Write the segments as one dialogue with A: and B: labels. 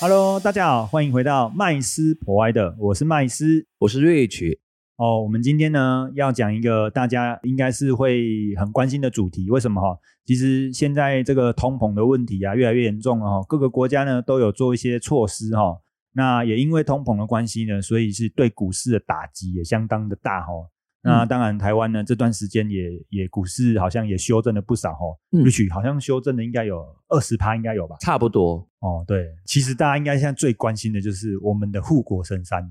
A: Hello，大家好，欢迎回到麦斯 Provider，我是麦斯。
B: 我是 Rich，
A: 哦，我们今天呢要讲一个大家应该是会很关心的主题，为什么哈？其实现在这个通膨的问题啊，越来越严重了哈，各个国家呢都有做一些措施哈。那也因为通膨的关系呢，所以是对股市的打击也相当的大哈。那当然，台湾呢这段时间也也股市好像也修正了不少哈、
B: 嗯
A: r i c h 好像修正的应该有二十趴，应该有吧？
B: 差不多。
A: 哦，对，其实大家应该现在最关心的就是我们的护国神山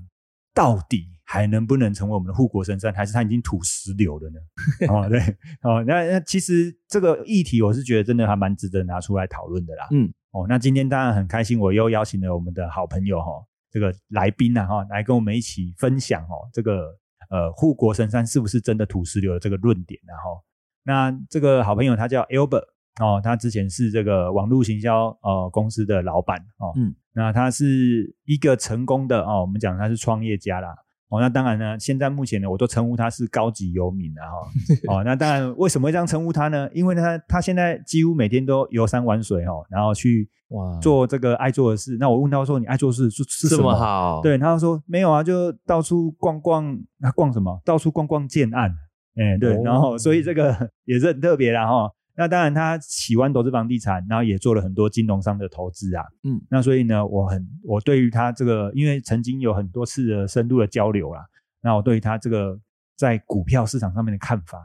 A: 到底还能不能成为我们的护国神山，还是它已经土石流了呢？ 哦，对，哦，那那其实这个议题，我是觉得真的还蛮值得拿出来讨论的啦。
B: 嗯，
A: 哦，那今天当然很开心，我又邀请了我们的好朋友哈、这个来宾啊哈、来跟我们一起分享哦，这个呃护国神山是不是真的土石流的这个论点然、啊、后、那这个好朋友他叫 Albert 哦，他之前是这个网络行销呃公司的老板哦，
B: 嗯，
A: 那他是一个成功的哦，我们讲他是创业家啦。哦，那当然呢，现在目前呢，我都称呼他是高级游民了哈、哦。那当然，为什么会这样称呼他呢？因为呢他他现在几乎每天都游山玩水哦，然后去
B: 哇
A: 做这个爱做的事。那我问他说：“你爱做的事是是什
B: 啊这
A: 么？”
B: 么好，，
A: 对，他就说没有啊，就到处逛逛，啊、逛什么？到处逛逛建案，哎、对，
B: 哦
A: 然后所以这个 也是很特别啦哈。那当然，他喜欢投资房地产，然后也做了很多金融上的投资啊。
B: 嗯，
A: 那所以呢，我很我对于他这个，因为曾经有很多次的深入的交流啦，那我对于他这个在股票市场上面的看法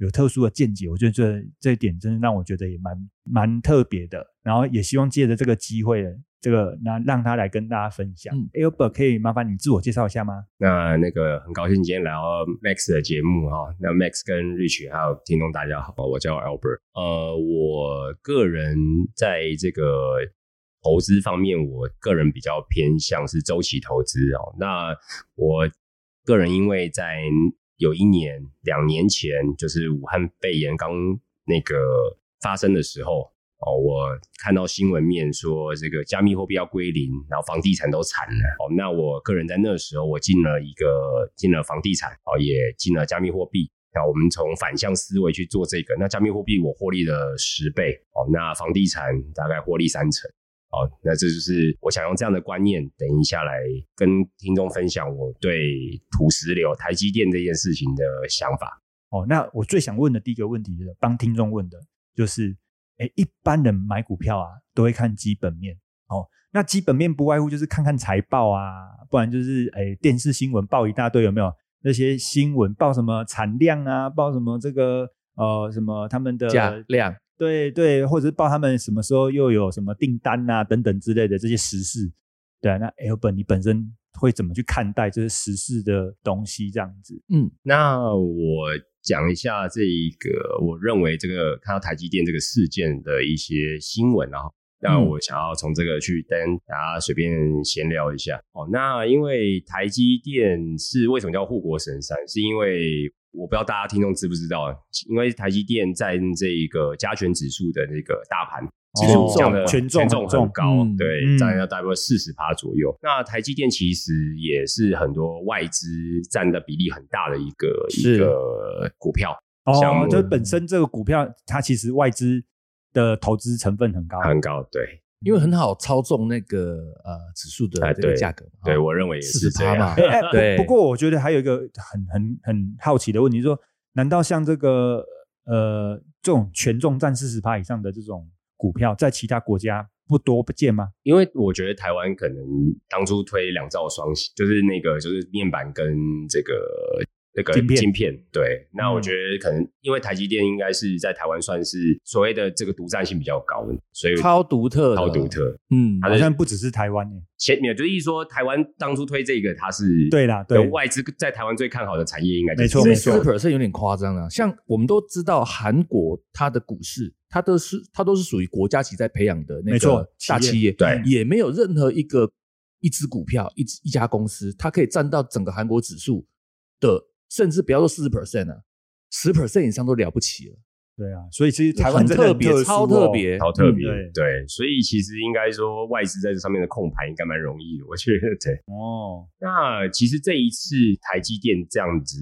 A: 有特殊的见解，我觉得这这一点真的让我觉得也蛮蛮特别的。然后也希望借着这个机会，这个那让他来跟大家分享。哎
B: 嗯
A: Albert，可以麻烦你自我介绍一下吗？
C: 那那个很高兴今天来到 Max 的节目哈、那 Max 跟 Rich 还有听众大家好，我叫 Albert。呃，我个人在这个投资方面，我个人比较偏向是周期投资哦。那我个人因为在有一年、两年前，就是武汉肺炎刚那个发生的时候，哦，我看到新闻面说这个加密货币要归零，然后房地产都惨了。哦，那我个人在那时候我进了一个进了房地产，哦，也进了加密货币。那我们从反向思维去做这个，那加密货币我获利了十倍，哦，那房地产大概获利三成。哦，那这就是我想用这样的观念，等一下来跟听众分享我对土石流、台积电这件事情的想法。
A: 哦，那我最想问的第一个问题是帮听众问的，就是，哎，一般人买股票啊，都会看基本面。哦，那基本面不外乎就是看看财报啊，不然就是哎电视新闻报一大堆，有没有？那些新闻报什么产量啊，报什么这个呃什么他们的
B: 价量，
A: 对对，或者是报他们什么时候又有什么订单啊等等之类的这些时事。对啊，那 L 本你本身会怎么去看待这些时事的东西？这样子，
B: 嗯，
C: 那我讲一下这一个，我认为这个看到台积电这个事件的一些新闻啊。那我想要从这个去跟大家随便闲聊一下哦。那因为台积电是为什么叫护国神山，是因为我不知道大家听众知不知道，因为台积电在这一个加权指数的那个大盘指数
A: 哦
C: 这样的
A: 权重
C: 重
A: 很重
C: 很高，
B: 嗯
C: 对，
A: 嗯
C: 占要大概四十趴左右。那台积电其实也是很多外资占的比例很大的一个
B: 是
C: 一个股票，项
A: 哦
C: 目，
A: 就是本身这个股票它其实外资的投资成分很高，
C: 很高。对，
B: 因为很好操纵那个呃指数的
C: 哎
B: 这个
C: 对
B: 价格嘛，
A: 啊
C: 对我认为也是
B: 40%
C: 这样
B: 嘛，
A: 哎哎不
B: 对
A: 不过我觉得还有一个很很很好奇的问题，就是说难道像这个呃这种权重占四十趴以上的这种股票，在其他国家不多不见吗？
C: 因为我觉得台湾可能当初推两兆双，就是那个就是面板跟这个那个
A: 晶片嗯
C: 对。那我觉得可能因为台积电应该是在台湾算是所谓的这个独占性比较高，所以
B: 超独特的
C: 超独特。
B: 嗯，
C: 它
A: 好
C: 的
A: 像不只是台湾欸耶
C: 前面就是说，台湾当初推这个，它是
A: 对啦对
C: 外资在台湾最看好的产业，应该就
A: 没
C: 是
A: 错没
C: 这
A: 错
C: 个
B: 四十 percent 有点夸张了。像我们都知道，韩国它的股市，它都是它都是属于国家级在培养的那
A: 没错
B: 个大
A: 企业
B: 业，
C: 对
B: 也没有任何一个一只股票、一只一家公司，它可以占到整个韩国指数的，甚至不要说四十 percent 啊，十 percent 以上都了不起了。
A: 对啊，所以其实台湾
B: 很
A: 真的
B: 特
A: 很
B: 别，
A: 殊
B: 超
A: 哦
B: 特别，
C: 好特别、
A: 嗯
C: 对，所以其实应该说外资在这上面的控盘应该蛮容易的，我觉得对。
A: 哦，
C: 那其实这一次台积电这样子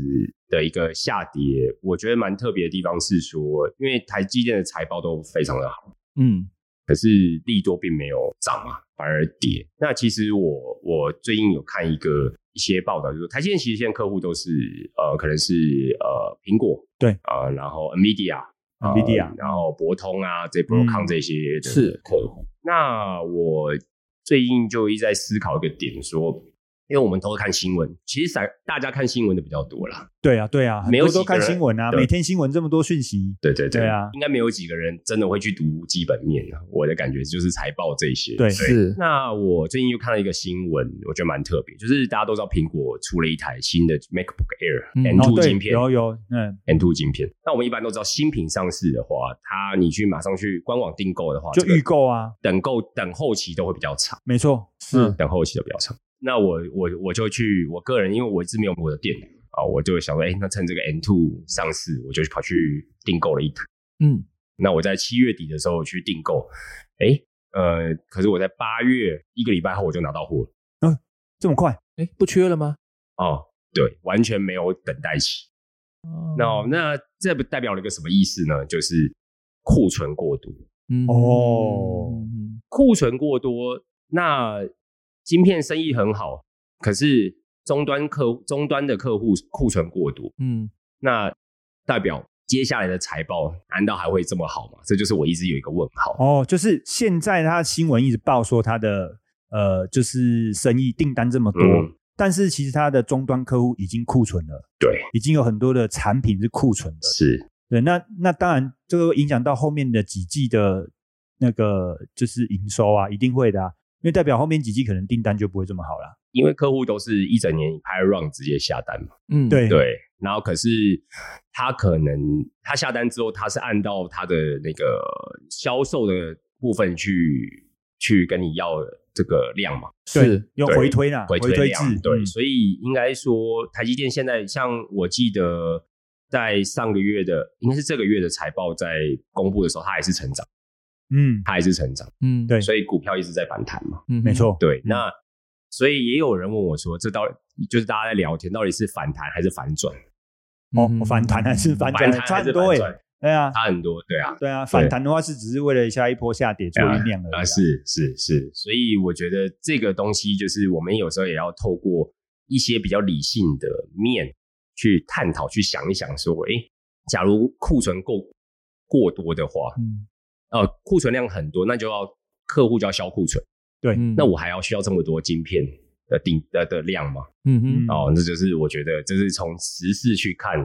C: 的一个下跌，我觉得蛮特别的地方是说，因为台积电的财报都非常的好，
B: 嗯，
C: 可是利多并没有涨嘛，反而跌。那其实我我最近有看一个一些报道，就是台积电其实现在客户都是呃，可能是呃苹果
A: 对
C: 啊、呃然后 NVIDIA 呃、
A: NVIDIA 嗯
C: 然后博通啊，这 Broadcom 这些的
B: 是
C: 客户。那我最近就一直在思考一个点说。因为我们都看新闻，其实大大家看新闻的比较多啦。
A: 对啊，对啊，很
C: 没有
A: 多都
C: 几个
A: 看
C: 人
A: 新闻啊，
C: 对
A: 每天新闻这么多讯息，
C: 对对
A: 对啊
C: 应该没有几个人真的会去读基本面啊。我的感觉就是财报这些。
A: 对
B: 是，
C: 那我最近又看了一个新闻，我觉得蛮特别，就是大家都知道苹果出了一台新的 MacBook Air
B: 嗯
C: N
A: 然后
C: two
A: 哦对
C: 晶，片、
A: 有有，嗯，
C: N two 晶片。那我们一般都知道，新品上市的话，它你去马上去官网订购的话，
A: 就
C: 这个
A: 预购啊，
C: 等购等后期都会比较长，
A: 没错，嗯
C: 等后期都比较长。那我我我就去，我个人因为我一直没有我的电脑啊，我就想说，哎，那趁这个 N two 上市，我就跑去订购了一台。
B: 嗯，
C: 那我在七月底的时候去订购，哎，呃，可是我在八月一个礼拜后我就拿到货了。
A: 这么快，
B: 哎，不缺了吗？
C: 哦，对，哦完全没有等待期。那、那这不代表了一个什么意思呢？就是库存过多，
B: 嗯
A: 哦
B: 嗯
C: 库存过多，那晶片生意很好，可是终端客终端的客户库存过多，
B: 嗯，
C: 那代表接下来的财报难道还会这么好吗？这就是我一直有一个问号。
A: 哦，就是现在他新闻一直报说他的呃，就是生意订单这么多，
C: 嗯
A: 但是其实他的终端客户已经库存了，
C: 对，
A: 已经有很多的产品是库存的，
C: 是
A: 对，那那当然这个会影响到后面的几季的那个就是营收啊，一定会的啊，因为代表后面几季可能订单就不会这么好了，
C: 因为客户都是一整年 high run 直接下单嘛。
B: 嗯，
A: 对
C: 对，然后可是他可能他下单之后，他是按照他的那个销售的部分去去跟你要这个量嘛，
A: 对
B: 是，
A: 用
C: 对
A: 回推啦，
C: 回
A: 推
C: 推量
A: 制，
C: 对，
A: 嗯
C: 所以应该说台积电现在像我记得在上个月的，应该是这个月的财报在公布的时候，它还是成长，
A: 嗯，
C: 它还是成长，
B: 嗯，
A: 对
C: 所以股票一直在反弹嘛。
B: 嗯，
A: 没，错，
C: 对，那所以也有人问我说，这到底就是大家在聊天，到底是反弹还是反转？
A: 哦，
B: 嗯
A: 反弹还是反转，
C: 反弹
A: 差
C: 还
A: 很
C: 是
A: 多
C: 反
A: 哎、
C: 转？
A: 对啊，
C: 差很多，对啊。
A: 对啊，反弹的话是只是为了下一波下跌做酝酿而已、
C: 啊，是是是，所以我觉得这个东西就是我们有时候也要透过一些比较理性的面去探讨，去想一想说，诶，假如库存够过多的话，
B: 嗯
C: 呃，库存量很多，那就要客户就要消库存，
A: 对，
B: 嗯，
C: 那我还要需要这么多晶片的定的的量吗？
B: 嗯哼，
C: 哦，这就是我觉得这是从时事去看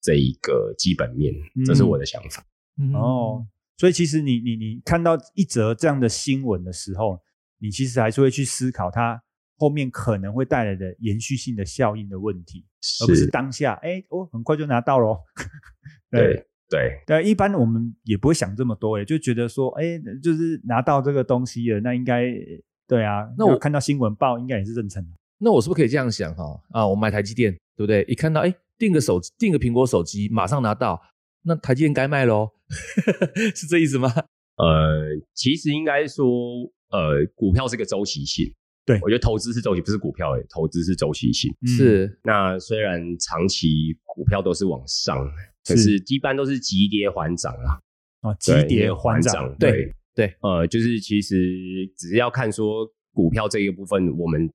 C: 这一个基本面，这是
A: 嗯
C: 我的想法。
B: 嗯哼
A: 哦，，所以其实你你你看到一则这样的新闻的时候，你其实还是会去思考它后面可能会带来的延续性的效应的问题，而不是当下哎，我、很快就拿到咯。
C: 对对，
A: 对，一般我们也不会想这么多，哎，就觉得说，哎，就是拿到这个东西了，那应该对啊。
B: 那我
A: 要看到新闻报，应该也是正常的。嗯
B: 那我是不是可以这样想哈？啊，我买台积电，对不对？一看到哎，诶订个手，订个苹果手机，马上拿到，那台积电该卖喽， 是这意思吗？
C: 呃，其实应该说，呃，股票是个周期性。
A: 对
C: 我觉得投资是周期，不是股票、欸，投资是周期性。
A: 嗯，
B: 是，
C: 那虽然长期股票都是往上，可
A: 是
C: 是一般都是急跌缓涨啦，
A: 哦，急
C: 对
A: 跌缓涨，
C: 涨。
B: 对
C: 对
B: 对，
C: 呃，就是其实只要看说股票这个部分，我们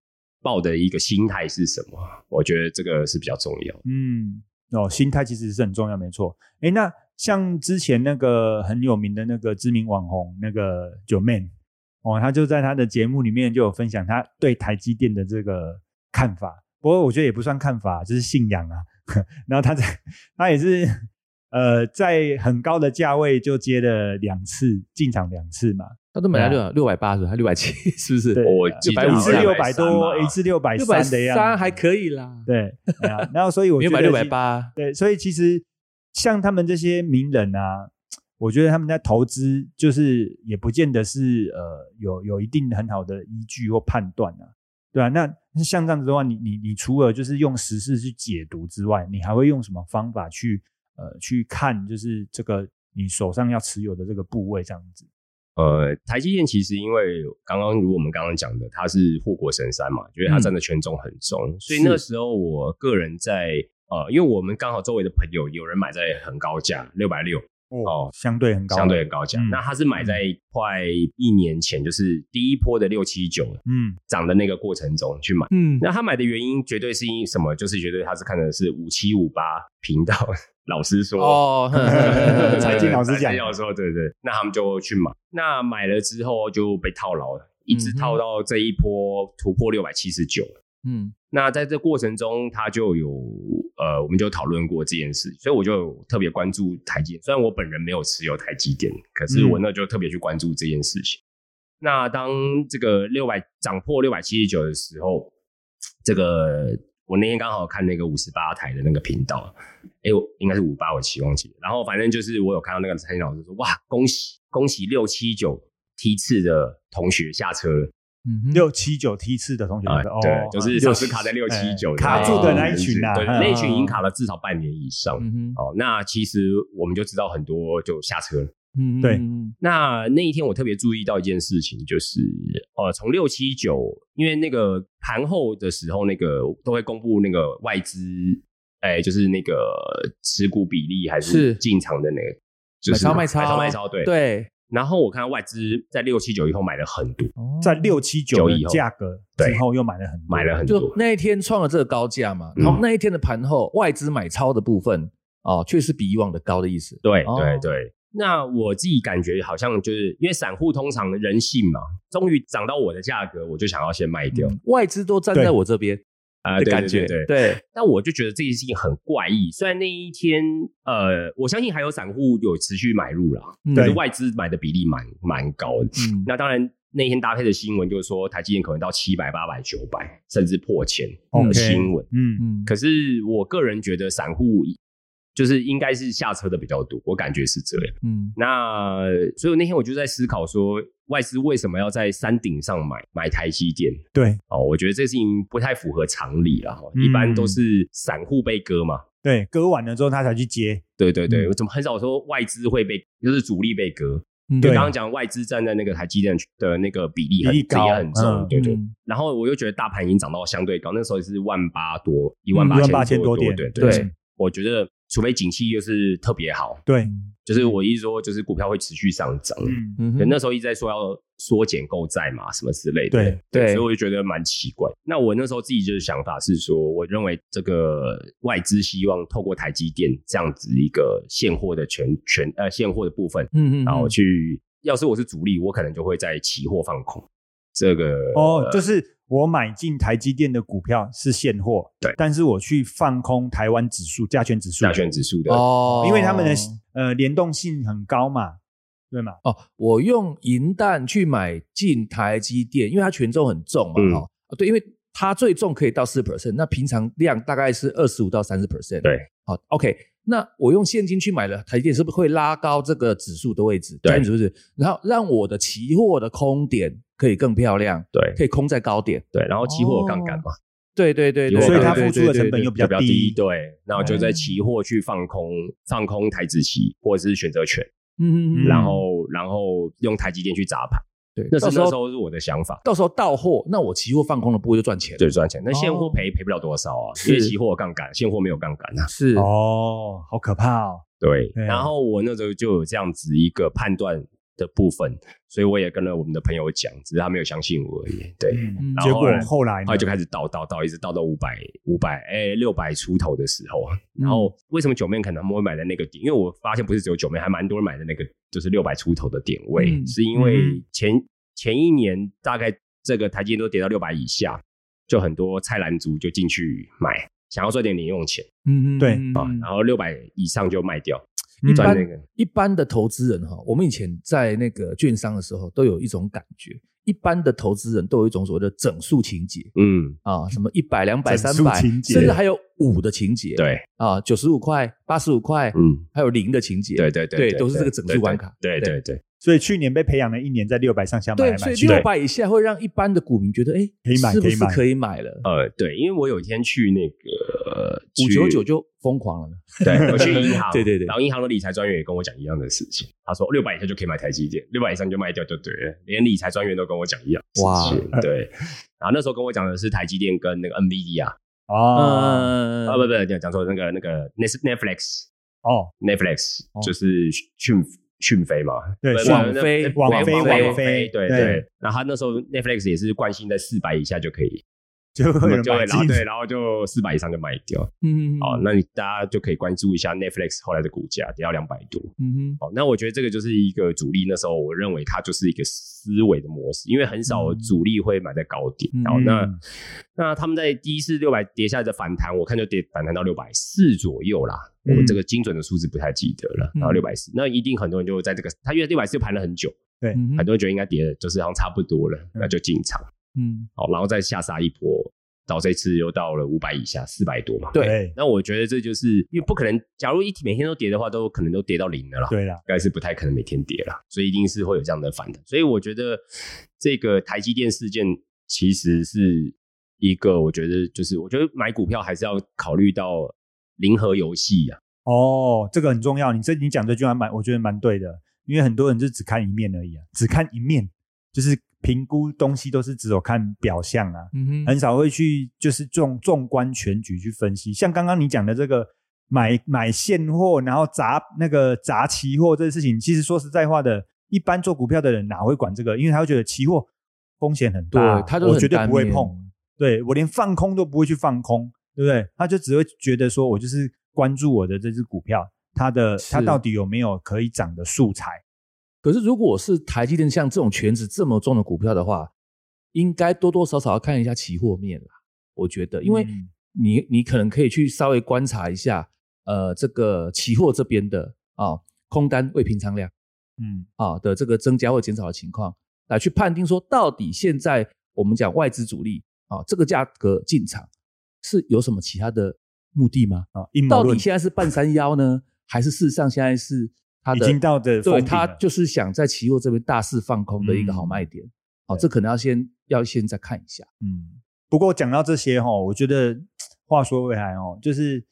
C: 抱的一个心态是什么，我觉得这个是比较重要的。
A: 嗯，哦，心态其实是很重要，没错。哎，那像之前那个很有名的那个知名网红那个九妹，哦，她就在她的节目里面就有分享她对台积电的这个看法。不过我觉得也不算看法，就是信仰啊。 然后她在，她也是呃，在很高的价位就接了两次进场两次嘛，
B: 他都买了六六百八十，还六百七，是不是？
A: 啊对
C: 我
A: 啊
C: 记得
B: 150
A: 一次
B: 啊
A: 六百多，
C: 130
A: 一次六百
B: 六百
A: 三的样子，
B: 三还可以啦，
A: 对。对啊，然后所以我
B: 没
A: 觉
B: 有买
A: 得
B: 六百
A: 其
B: 八，
A: 对，所以其实像他们这些名人啊，我觉得他们在投资就是也不见得是呃有有一定很好的依据或判断啊。对啊，那像这样子的话，你你你除了就是用时事去解读之外，你还会用什么方法去呃去看，就是这个你手上要持有的这个部位这样子？
C: 呃，台积电其实因为刚刚如我们刚刚讲的，它是护国神山嘛，觉
A: 嗯
C: 得它占的权重很重，所以那时候我个人在呃，因为我们刚好周围的朋友有人买在很高价六百六，哦
A: 相对很高，
C: 相对很高价，
A: 嗯
C: 那他是买在快一年前，就是第一波的六七九
A: 嗯
C: 涨的那个过程中去买。
B: 嗯，
C: 那他买的原因绝对是因为什么？就是绝对他是看的是五七五八频道， 老师说
B: 哦，呵呵呵呵
A: 财经老师讲
C: 财经老师说对对，那他们就去买，那买了之后就被套牢了，一直套到这一波突破六百七十九。
B: 嗯
C: 那在这过程中，他就有呃，我们就讨论过这件事，所以我就有特别关注台积电。虽然我本人没有持有台积电，可是我那就特别去关注这件事情。那当这个六百涨破六百七十九的时候，这个我那天刚好看那个五十八台的那个频道，哎，我应该是五八，我期忘记了。然后反正就是我有看到那个蔡老师说，哇，恭喜恭喜六七九梯次的同学下车了。
B: 嗯哼，
A: 六七九梯次的同学，
C: 啊，
A: 哦，
C: 对，就是
A: 六哎
C: 上次卡在六七九
A: 卡住的那一群啊，
C: 对，
A: 嗯
C: 那一群已经卡了至少半年以上。
B: 嗯哼，
C: 哦，那其实我们就知道很多就下车了。
B: 嗯
A: 对
B: 嗯
C: 那那一天我特别注意到一件事情，就是呃，从六七九，因为那个盘后的时候，那个都会公布那个外资，哎，就是那个持股比例还
B: 是
C: 是进场的那个，就是
B: 买超卖超
C: 买超卖超，对。
B: 对，
C: 然后我看到外资在六七九以后买了很多，
B: 哦
A: 在六七九的
C: 以后
A: 价格之
C: 对
A: 后又买了很多
C: 买了很多嗯
B: 就，那一天创了这个高价嘛，然后那一天的盘后外资买超的部分哦，确实比以往的高的意思。
C: 对
B: 哦
C: 对对。那我自己感觉好像就是因为散户通常人性嘛，终于涨到我的价格，我就想要先卖掉
B: 嗯外资都站在我这边
C: 啊
B: 的感觉，
C: 对对对。
B: 对，
C: 但我就觉得这件事情很怪异。虽然那一天，呃，我相信还有散户有持续买入啦，
B: 嗯
C: 可是外资买的比例蛮蛮高的。
B: 嗯
C: 那当然，那天搭配的新闻就是说，台积电可能到七百、八百、九百，甚至破千的
A: 哦 OK
C: 新闻。
A: 嗯，
B: 嗯
C: 可是我个人觉得，散户就是应该是下车的比较多，我感觉是这样。
B: 嗯
C: 那所以那天我就在思考说，外资为什么要在山顶上买买台积电？
A: 对
C: 哦，我觉得这事情不太符合常理啦。哦
A: 嗯
C: 一般都是散户被割嘛。
A: 对，割完了之后他才去接，
C: 对对对，
A: 嗯
C: 我怎么很少说外资会被，就是主力被割。
B: 嗯
C: 就
A: 对
C: 刚刚讲外资站在那个台积电的那个比例很
A: 比例高
C: 也很重，
A: 嗯
C: 对对。
B: 嗯
C: 然后我又觉得大盘已经涨到相对高，那时候是万八多，一万
A: 嗯一万
C: 八
A: 八千
C: 多
A: 点，嗯
C: 对
B: 对
C: 我觉得除非景气又是特别好，
A: 对，
C: 就是我一直说，就是股票会持续上涨。
A: 嗯，
B: 嗯
C: 对，
B: 哼
C: 那时候一直在说要缩减购债嘛，什么之类的。
A: 对
B: 对
C: 所以我就觉得蛮奇怪。那我那时候自己就是想法是说，我认为这个外资希望透过台积电这样子一个现货的全全呃现货的部分，
B: 嗯嗯，
C: 然后去，要是我是主力，我可能就会在期货放空。这个
A: 哦，就是我买进台积电的股票是现货，
C: 对
A: 但是我去放空台湾指数、加权指数，
C: 加权指数的，
B: 哦，
A: 因为他们的呃联动性很高嘛，对嘛？
B: 哦，我用银弹去买进台积电，因为它权重很重
C: 嗯
B: 嘛，哦，对，因为它最重可以到四 percent，那平常量大概是二十五到三十 percent，
C: 对，
B: 好，OK，那我用现金去买了台积电，是不是会拉高这个指数的位置？
C: 对
B: 这样子是不是？然后让我的期货的空点可以更漂亮，
C: 对
B: 可以空在高点，
C: 对，然后期货有杠杆嘛，
B: 对对对对，
C: 有
A: 所以
B: 对
A: 它
B: 对
A: 付出的成本又
B: 对对对
A: 比
C: 就
A: 较
C: 比较
A: 低嗯
C: 低，，对，那我就在期货去放空放空台指期或者是选择权。
B: 嗯嗯嗯，
C: 然后然后用台积电去砸盘，
B: 对，
C: 那
B: 到
C: 是
B: 时
C: 那时
B: 候
C: 候是我的想法，
B: 到时候到货，那我期货放空的部位就赚钱了，
C: 对，赚钱。那现
B: 哦
C: 货赔赔不了多少啊，因为
B: 是
C: 期货有杠杆，现货没有杠杆啊。
B: 是
A: 哦，好可怕哦，
C: 对，
A: 对啊
C: 然后我那时候就有这样子一个判断的部分，所以我也跟了我们的朋友讲，只是他没有相信我而已。对，
A: 嗯
B: 嗯
C: 然
A: 结果
C: 后后来
A: 后来
C: 后
A: 呢
C: 来就开始倒倒倒，一直倒到五百五百哎六百出头的时候，啊
B: 嗯
C: 然后为什么九妹可能他们会买在那个点？因为我发现不是只有九妹，还蛮多人买的那个就是六百出头的点位，
B: 嗯
C: 是因为
A: 嗯
C: 前前一年大概这个台积电都跌到六百以下，就很多菜篮族就进去买，想要赚点零用钱，
B: 嗯嗯
A: 对
B: 啊
C: 然后六百以上就卖掉，
A: 嗯
C: 赚
B: 般
C: 那个
B: 一般的投资人哈，我们以前在那个券商的时候，都有一种感觉，一般的投资人都有一种所谓的整数情节
C: 嗯
B: 啊，什么一百、两百、
A: 整
B: 三
A: 数
B: 百，
A: 情
B: 甚
A: 节
B: 至还有五的情节，
C: 对
B: 啊，九十五块、八十五块，
C: 嗯
B: 还有零的情节，
C: 对对
B: 对，都是这个整数关卡，
C: 对对对。
A: 所以去年被培养了一年，在六百上下买
B: 对，
A: 来
B: 所
A: 买
B: 以
A: 去。
B: 六百以下会让一般的股民觉得，哎，
A: 可以买
B: 是不
A: 可以
B: 是
A: 买
B: 可以买了？
C: 呃，对，因为我有一天去那个
B: 五
C: 去
B: 九九就疯狂了，
C: 对，我去银行，
B: 对对对
C: 然后银行的理财专员也跟我讲一样的事情，他说六百以下就可以买台积电，六百以上就卖掉就对了，连理财专员都跟我讲一样的事情。对，然后那时候跟我讲的是台积电跟那个 NVIDIA 啊，
A: 哦
B: 嗯，
C: 不不，讲讲错，那个那个 Net- Netflix
A: 哦，
C: Netflix
B: 哦
C: 就是讯讯飞嘛，
A: 对
C: 不是
A: 讯
C: 那
B: 飞
C: 那
A: 网
C: 网
A: 飞
C: 飞，
A: 网飞对
C: 对对。然后他那时候 Netflix 也是惯性在四百以下就可以，
A: 就会有人
C: 就会
A: 买
C: 然后
A: 进。
C: 对，然后就四百以上就卖掉。
B: 嗯，
C: 哦，那你大家就可以关注一下 Netflix 后来的股价跌到两百多。
B: 嗯哼，
C: 哦，那我觉得这个就是一个主力，那时候我认为它就是一个思维的模式，因为很少
B: 嗯
C: 主力会买在高点。
B: 嗯
C: 然后那那他们在第一次六百跌下来的反弹，我看就跌反弹到六百四左右啦。
A: 嗯
C: 我这个精准的数字不太记得了，
B: 嗯
C: 然后六百四，那一定很多人就在这个，它因为六百四盘了很久，
B: 嗯哼
C: 很多人觉得应该跌了，就是好像差不多了，那就进场，
B: 嗯，
C: 好，然后再下杀一波，到这次又到了五百以下，四百多嘛，
A: 对
C: 那我觉得这就是因为不可能，假如一每天都跌的话，都可能都跌到零的啦，
A: 对啦，
C: 应该是不太可能每天跌啦，所以一定是会有这样的反弹。所以我觉得这个台积电事件其实是一个，我觉得就是我觉得买股票还是要考虑到零和游戏啊呀、
A: 哦，这个很重要。你这你讲这句话蛮，我觉得蛮对的，因为很多人是只看一面而已啊，只看一面，就是评估东西都是只有看表象啊，
B: 嗯哼，
A: 很少会去就是纵纵观全局去分析。像刚刚你讲的这个买买现货，然后砸那个砸期货这个事情，其实说实在话的，一般做股票的人哪会管这个？因为他会觉得期货风险很大，
B: 对，他都
A: 我
B: 很
A: 绝对
B: 单
A: 不会
B: 面
A: 碰。，对我连放空都不会去放空，对不对？他就只会觉得说我就是关注我的这只股票，它的它
B: 是
A: 到底有没有可以涨的素材？
B: 可是如果是台积电像这种全值这么重的股票的话，应该多多少少要看一下期货面啦。我觉得，因为
A: 嗯
B: 你你可能可以去稍微观察一下，呃，这个期货这边的啊、空单未平仓量
A: 嗯，
B: 啊、的这个增加或减少的情况，来去判定说到底现在我们讲外资主力啊、这个价格进场是有什么其他的目的吗？
A: 啊，阴谋
B: 到
A: 论
B: 底现在是半山腰呢，还是事实上现在是它
A: 已
B: 的
A: 经到的
B: 对
A: 封顶
B: 他
C: 啊
A: 了
B: 就是想在期货这边大肆放空的一个好
C: 嗯
B: 卖点。好、
A: 对
B: 这可能要先要现在看一下。
A: 嗯，不过讲到这些哈、我觉得话说回来哦，就是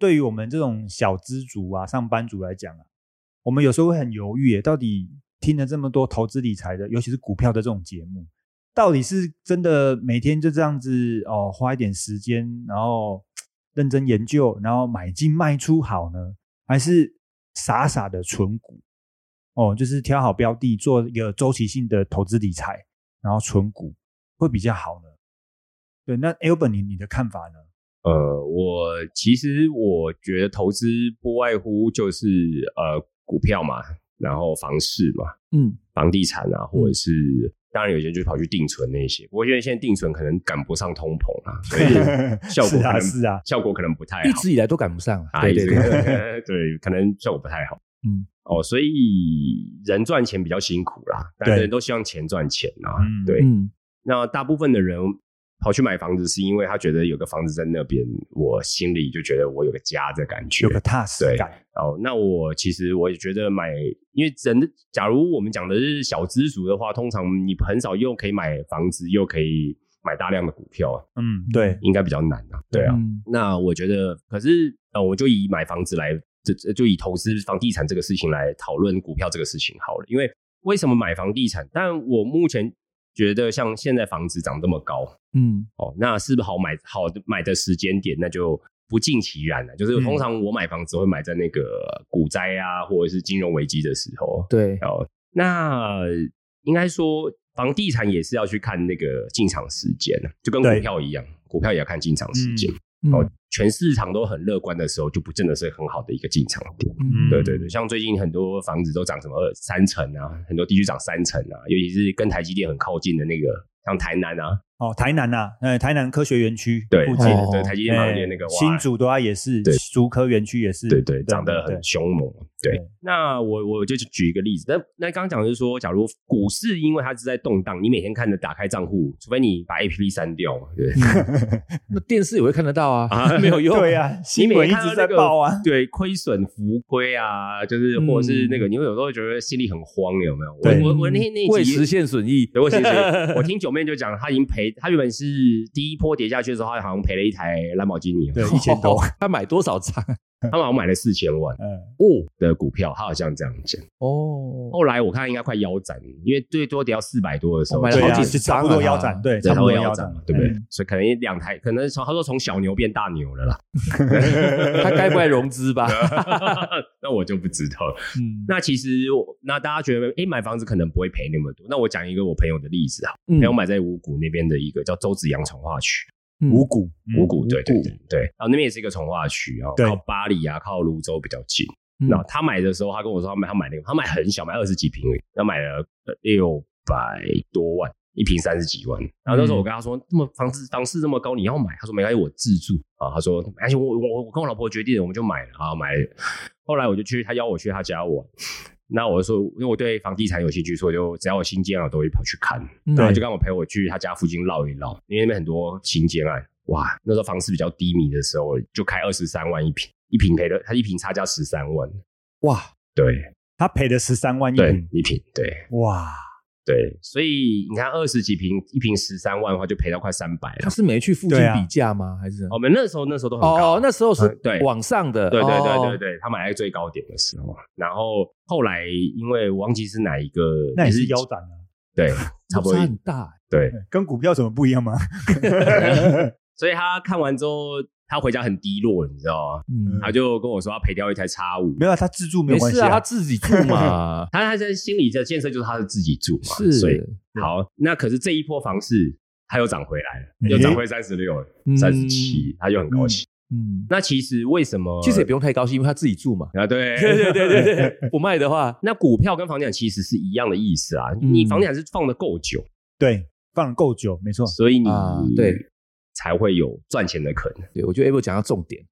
A: 对于我们这种小资族啊、上班族来讲啊，我们有时候会很犹豫耶，到底听了这么多投资理财的，尤其是股票的这种节目，到底是真的每天就这样子哦，花一点时间，然后认真研究，然后买进卖出好呢，还是傻傻的存股？哦，就是挑好标的，做一个周期性的投资理财，然后存股。会比较好呢？对，那 Albert，你你的看法呢？
C: 呃，我其实我觉得投资不外乎就是呃股票嘛，然后房市嘛，
B: 嗯，
C: 房地产啊，或者是、当然有些人就跑去定存那些，不过因为现在定存可能赶不上通膨啊，所 以效果
A: 是
C: 可
A: 啊
C: 能
A: 是啊，
C: 效果可能不太
B: 一
C: 好
B: 直以来都赶不上啊。
C: 啊，
B: 对对
C: 哎一直
B: 对，
C: 对，可能效果不太好。
B: 嗯，
C: 哦，所以人赚钱比较辛苦啦，但
A: 对
C: 人都希望钱赚钱啦。
A: 嗯
C: 对，
B: 嗯，
C: 那大部分的人跑去买房子，是因为他觉得有个房子在那边，我心里就觉得我有个家的感觉
A: 有。个踏实感，嗯
C: 哦，那我其实我也觉得买，因为人的，假如我们讲的是小资族的话，通常你很少又可以买房子，又可以买大量的股票啊，
A: 嗯，对，
C: 应该比较难啊。对啊，
B: 嗯
C: 那我觉得，可是呃，我就以买房子来，这这就以投资房地产这个事情来讨论股票这个事情好了。因为为什么买房地产？但我目前觉得，像现在房子涨这么高，
B: 嗯
C: 哦，那是不是好买好的买的时间点？那就不尽其然了。就是
A: 嗯
C: 通常我买房子会买在那个股灾啊，或者是金融危机的时候。
B: 对，
C: 哦，那应该说房地产也是要去看那个进场时间啊，就跟
A: 对
C: 股票一样，股票也要看进场时间。
B: 嗯
C: 哦，全市场都很乐观的时候，就不真的是很好的一个进场点。
B: 嗯
C: 对对对，像最近很多房子都涨什么二三成啊，很多地区涨三成啊，尤其是跟台积电很靠近的那个，像台南啊，
A: 哦，台南呐、呃，台南科学园区
C: 对，
A: 附
C: 记
A: 近，
C: 得
B: 哦
C: 对，台积电旁边那个
A: 哎
C: 哇
A: 新竹的话也是，
C: 对
A: 竹科园区也是，
C: 对对，长得很
A: 对
C: 凶猛。对
A: 对，
C: 那我我就举一个例子，那那刚刚讲的是说，假如股市因为它是在动荡，你每天看着打开账户，除非你把 A P P 删掉嘛，对不对。
B: 那电视也会看得到啊，
C: 啊
B: 没有用。
A: 嗯 对 啊，
C: 你
A: 新
C: 每
A: 闻
C: 天
A: 一
C: 看到
A: 直在
C: 那个
A: 报 啊，
C: 对，亏损浮亏啊，就是或者是那个，你会有时候觉得心里很慌，有没有？
A: 对
C: 我我我那那一集
B: 嗯未实现损益，
C: 对，我其实我听九妹就讲，她已经赔，她原本是第一波跌下去的时候，她好像赔了一台兰博基尼，
A: 对，一千多，
B: 他买多少张啊？
C: 她好像买了四千万
A: 嗯，
B: 哦
C: 的股票，她好像这样讲。
B: 哦，
C: 后来我看应该快腰斩，因为最多跌到四百多的时候，
B: 哦买了
A: 对
B: 好
A: 啊，
B: 几
A: 是
B: 十
A: 差
B: 张啊
A: 不多腰斩，对，
C: 对
A: 差不
C: 差不
A: 多
C: 多
A: 腰
C: 腰
A: 斩
C: 斩嘛，，对不对
A: 嗯？？
C: 所以可能两台，可能从他说从小牛变大牛了啦。
B: 他该不会融资 吧？
C: 那我就不知道了。
B: 嗯
C: 那其实我那大家觉得，哎、买房子可能不会赔那么多。那我讲一个我朋友的例子啊，
B: 嗯
C: 朋友买在五股那边的一个叫周子阳从化区，
A: 五股，嗯
C: 五股对对对对，然后那边也是一个从化区啊，
A: 对
C: 靠巴黎啊，靠泸州比较近。
B: 嗯
C: 那他买的时候，他跟我说他买他买那个，他买很小，买二十几平而已，他买了六百多万，一平三十几万。然后那时候我跟他说，那么房子房市这么高，你要买？他说没关系，我自住啊。他说没关系，我我我跟我老婆决定，我们就买了啊，买了。后来我就去，他邀我去他家玩。那我就说，因为我对房地产有兴趣，所以我就只要有新建案，我啊都会跑去看。
B: 嗯
C: 啊然后就刚我陪我去他家附近绕一绕，因为那边很多新建案。哇，那时候房市比较低迷的时候，就开二十三万一平，一平赔了，他一平差价十三万。
B: 哇，
C: 对
A: 他赔了十三万一
C: 对
A: 平，，
C: 一平对
A: 哇，
C: 对，所以你看二十几平，一平十三万的话，就赔到快三百
B: 他
C: 了。
B: 是没去附近
A: 对啊
B: 比价吗？还是
C: 我们那时候那时候都很高，
B: 哦，那时候是
C: 哦嗯对
B: 往上的，哦
C: 对对
A: 哦
C: 对
B: 对，
C: 对对，他买在最高点的时候，然后后来因为我忘记是哪一个，
A: 那也是腰斩啊，
C: 对，差不多
B: 差很大。欸
C: 对，
A: 跟股票怎么不一样吗？
C: 所以他看完之后，他回家很低落，你知道吗？
B: 嗯，
C: 他就跟我说他赔掉一台叉五，，
A: 没有啊，他自住没
B: 没
A: 有关
B: 事
A: 系
B: 啊，他自己住 嘛
C: 他他在心里的建设就是他是自己住嘛，所以
B: 是
C: 好，那可是这一波房市它又涨回来
A: 嗯
C: 了，又涨回三十六了
B: 嗯、
C: 三十七，他就很高兴。
B: 嗯，
C: 那其实为什么？。
B: 其
A: 呃
B: 实也不用太高兴，因为他自己住嘛
C: 啊，对
B: 对对对对对，不卖的话，
C: 那股票跟房地产其实是一样的意思啊，
B: 嗯
C: 你房地产是放的够久，
A: 对，放得够久，没错，
C: 所以你
B: 啊对
C: 才会有赚钱的可能。
B: 对我觉得 Apple 讲到重点，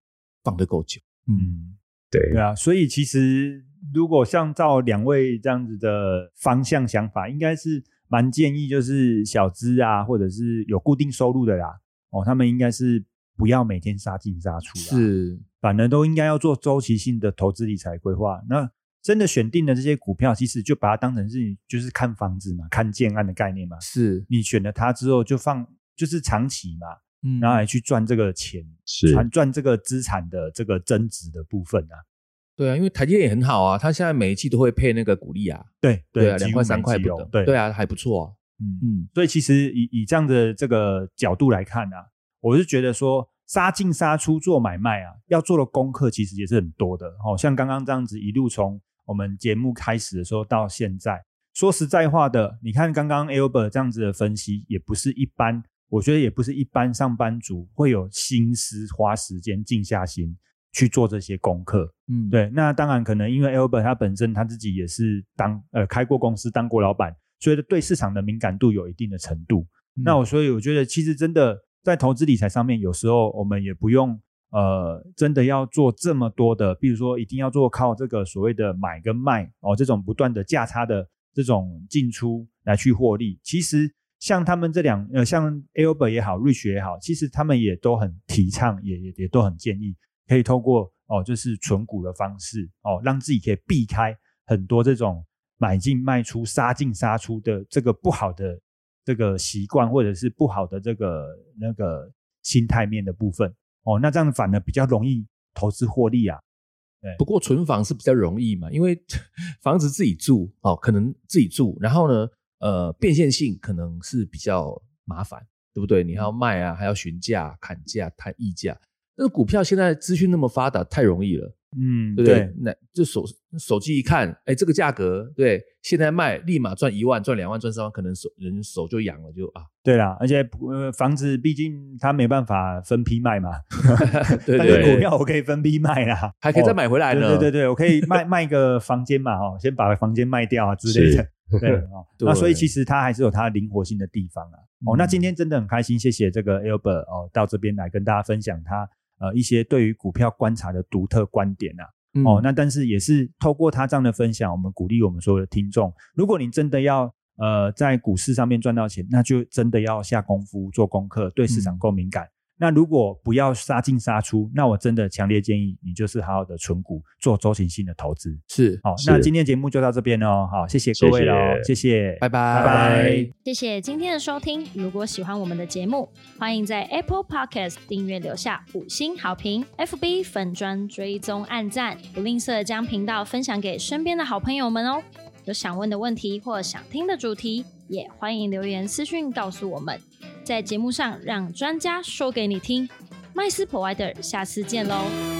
B: 放得够久。
A: 嗯，
C: 对
A: 对啊，所以其实如果像照两位这样子的方向想法，应该是蛮建议就是小资啊，或者是有固定收入的啦，哦，他们应该是不要每天杀进杀出啦，
B: 是，
A: 反而都应该要做周期性的投资理财规划。那真的选定了这些股票，其实就把它当成是你就是看房子嘛，看建案的概念嘛。
B: 是，
A: 你选了它之后，就放就是长期嘛，
B: 嗯
A: 然后来去赚这个钱，
C: 是
A: 赚赚这个资产的这个增值的部分啊。
B: 对啊，因为台积电也很好啊，它现在每一季都会配那个股利啊，
A: 对
B: 对啊，
A: 几乎
B: 两块
A: 没
B: 三块
A: 几
B: 不
A: 有
B: 等，
A: 对
B: 对，啊，还不错啊。
A: 嗯，
B: 嗯，
A: 所以其实以以这样的这个角度来看啊，我是觉得说杀进杀出做买卖啊，要做的功课其实也是很多的。哦，像刚刚这样子一路从我们节目开始的时候到现在，说实在话的，你看刚刚 Albert 这样子的分析，也不是一般，我觉得也不是一般上班族会有心思花时间静下心去做这些功课。
B: 嗯，
A: 对，那当然可能因为 Albert 他本身他自己也是当呃开过公司当过老板，所以对市场的敏感度有一定的程度。
B: 嗯
A: 那我所以我觉得其实真的在投资理财上面，有时候我们也不用呃真的要做这么多的，比如说一定要做靠这个所谓的买跟卖哦这种不断的价差的这种进出来去获利。其实像他们这两呃像 Albert 也好，Rich 也好，其实他们也都很提倡，也也也都很建议。可以透过哦，就是存股的方式哦，让自己可以避开很多这种买进卖出、杀进杀出的这个不好的这个习惯，或者是不好的这个那个心态面的部分哦。那这样反而比较容易投资获利啊。
B: 不过存房是比较容易嘛，因为 房子自己住哦，可能自己住，然后呢，呃，变现性可能是比较麻烦，对不对？你还要卖啊，还要询价、砍价、谈议价。那个股票现在资讯那么发达，太容易了，
A: 嗯，
B: 对不对？那就手手机一看，哎，这个价格，对，现在卖立马赚一万、赚两万、赚三万，可能手人手就痒了，就啊，
A: 对啦，而且呃，房子毕竟它没办法分批卖嘛，
B: 对
A: 但
B: 对
A: 是
B: 对，
A: 股票我可以分批卖啦，
B: 还可以再
A: 哦
B: 买回来
A: 对
B: 呢。
A: 对 对对，我可以卖卖一个房间嘛，哦，先把房间卖掉啊之类的。 对哦，
B: 对
A: 那所以其实它还是有它灵活性的地方啊。哦，那今天真的很开心，谢谢这个 Albert 哦，到这边来跟大家分享他呃一些对于股票观察的独特观点啊。
B: 嗯
A: 哦，那但是也是透过他这样的分享，我们鼓励我们所有的听众，如果你真的要呃在股市上面赚到钱，那就真的要下功夫做功课，对市场够敏感。那如果不要杀进杀出，那我真的强烈建议你就是好好的存股，做周期性的投资。
B: 是
A: 好，
C: 是
A: 那今天节目就到这边喽。好，谢谢各位喽，谢
C: 谢
A: 谢，
B: 拜拜
A: 拜拜。
D: 谢谢今天的收听。如果喜欢我们的节目，欢迎在 Apple Podcast 订阅留下五星好评，FB 粉砖追踪按赞，不吝啬将频道分享给身边的好朋友们哦。有想问的问题或想听的主题，也欢迎留言私讯告诉我们，在节目上让专家说给你听。麦斯 Provider，下次见喽。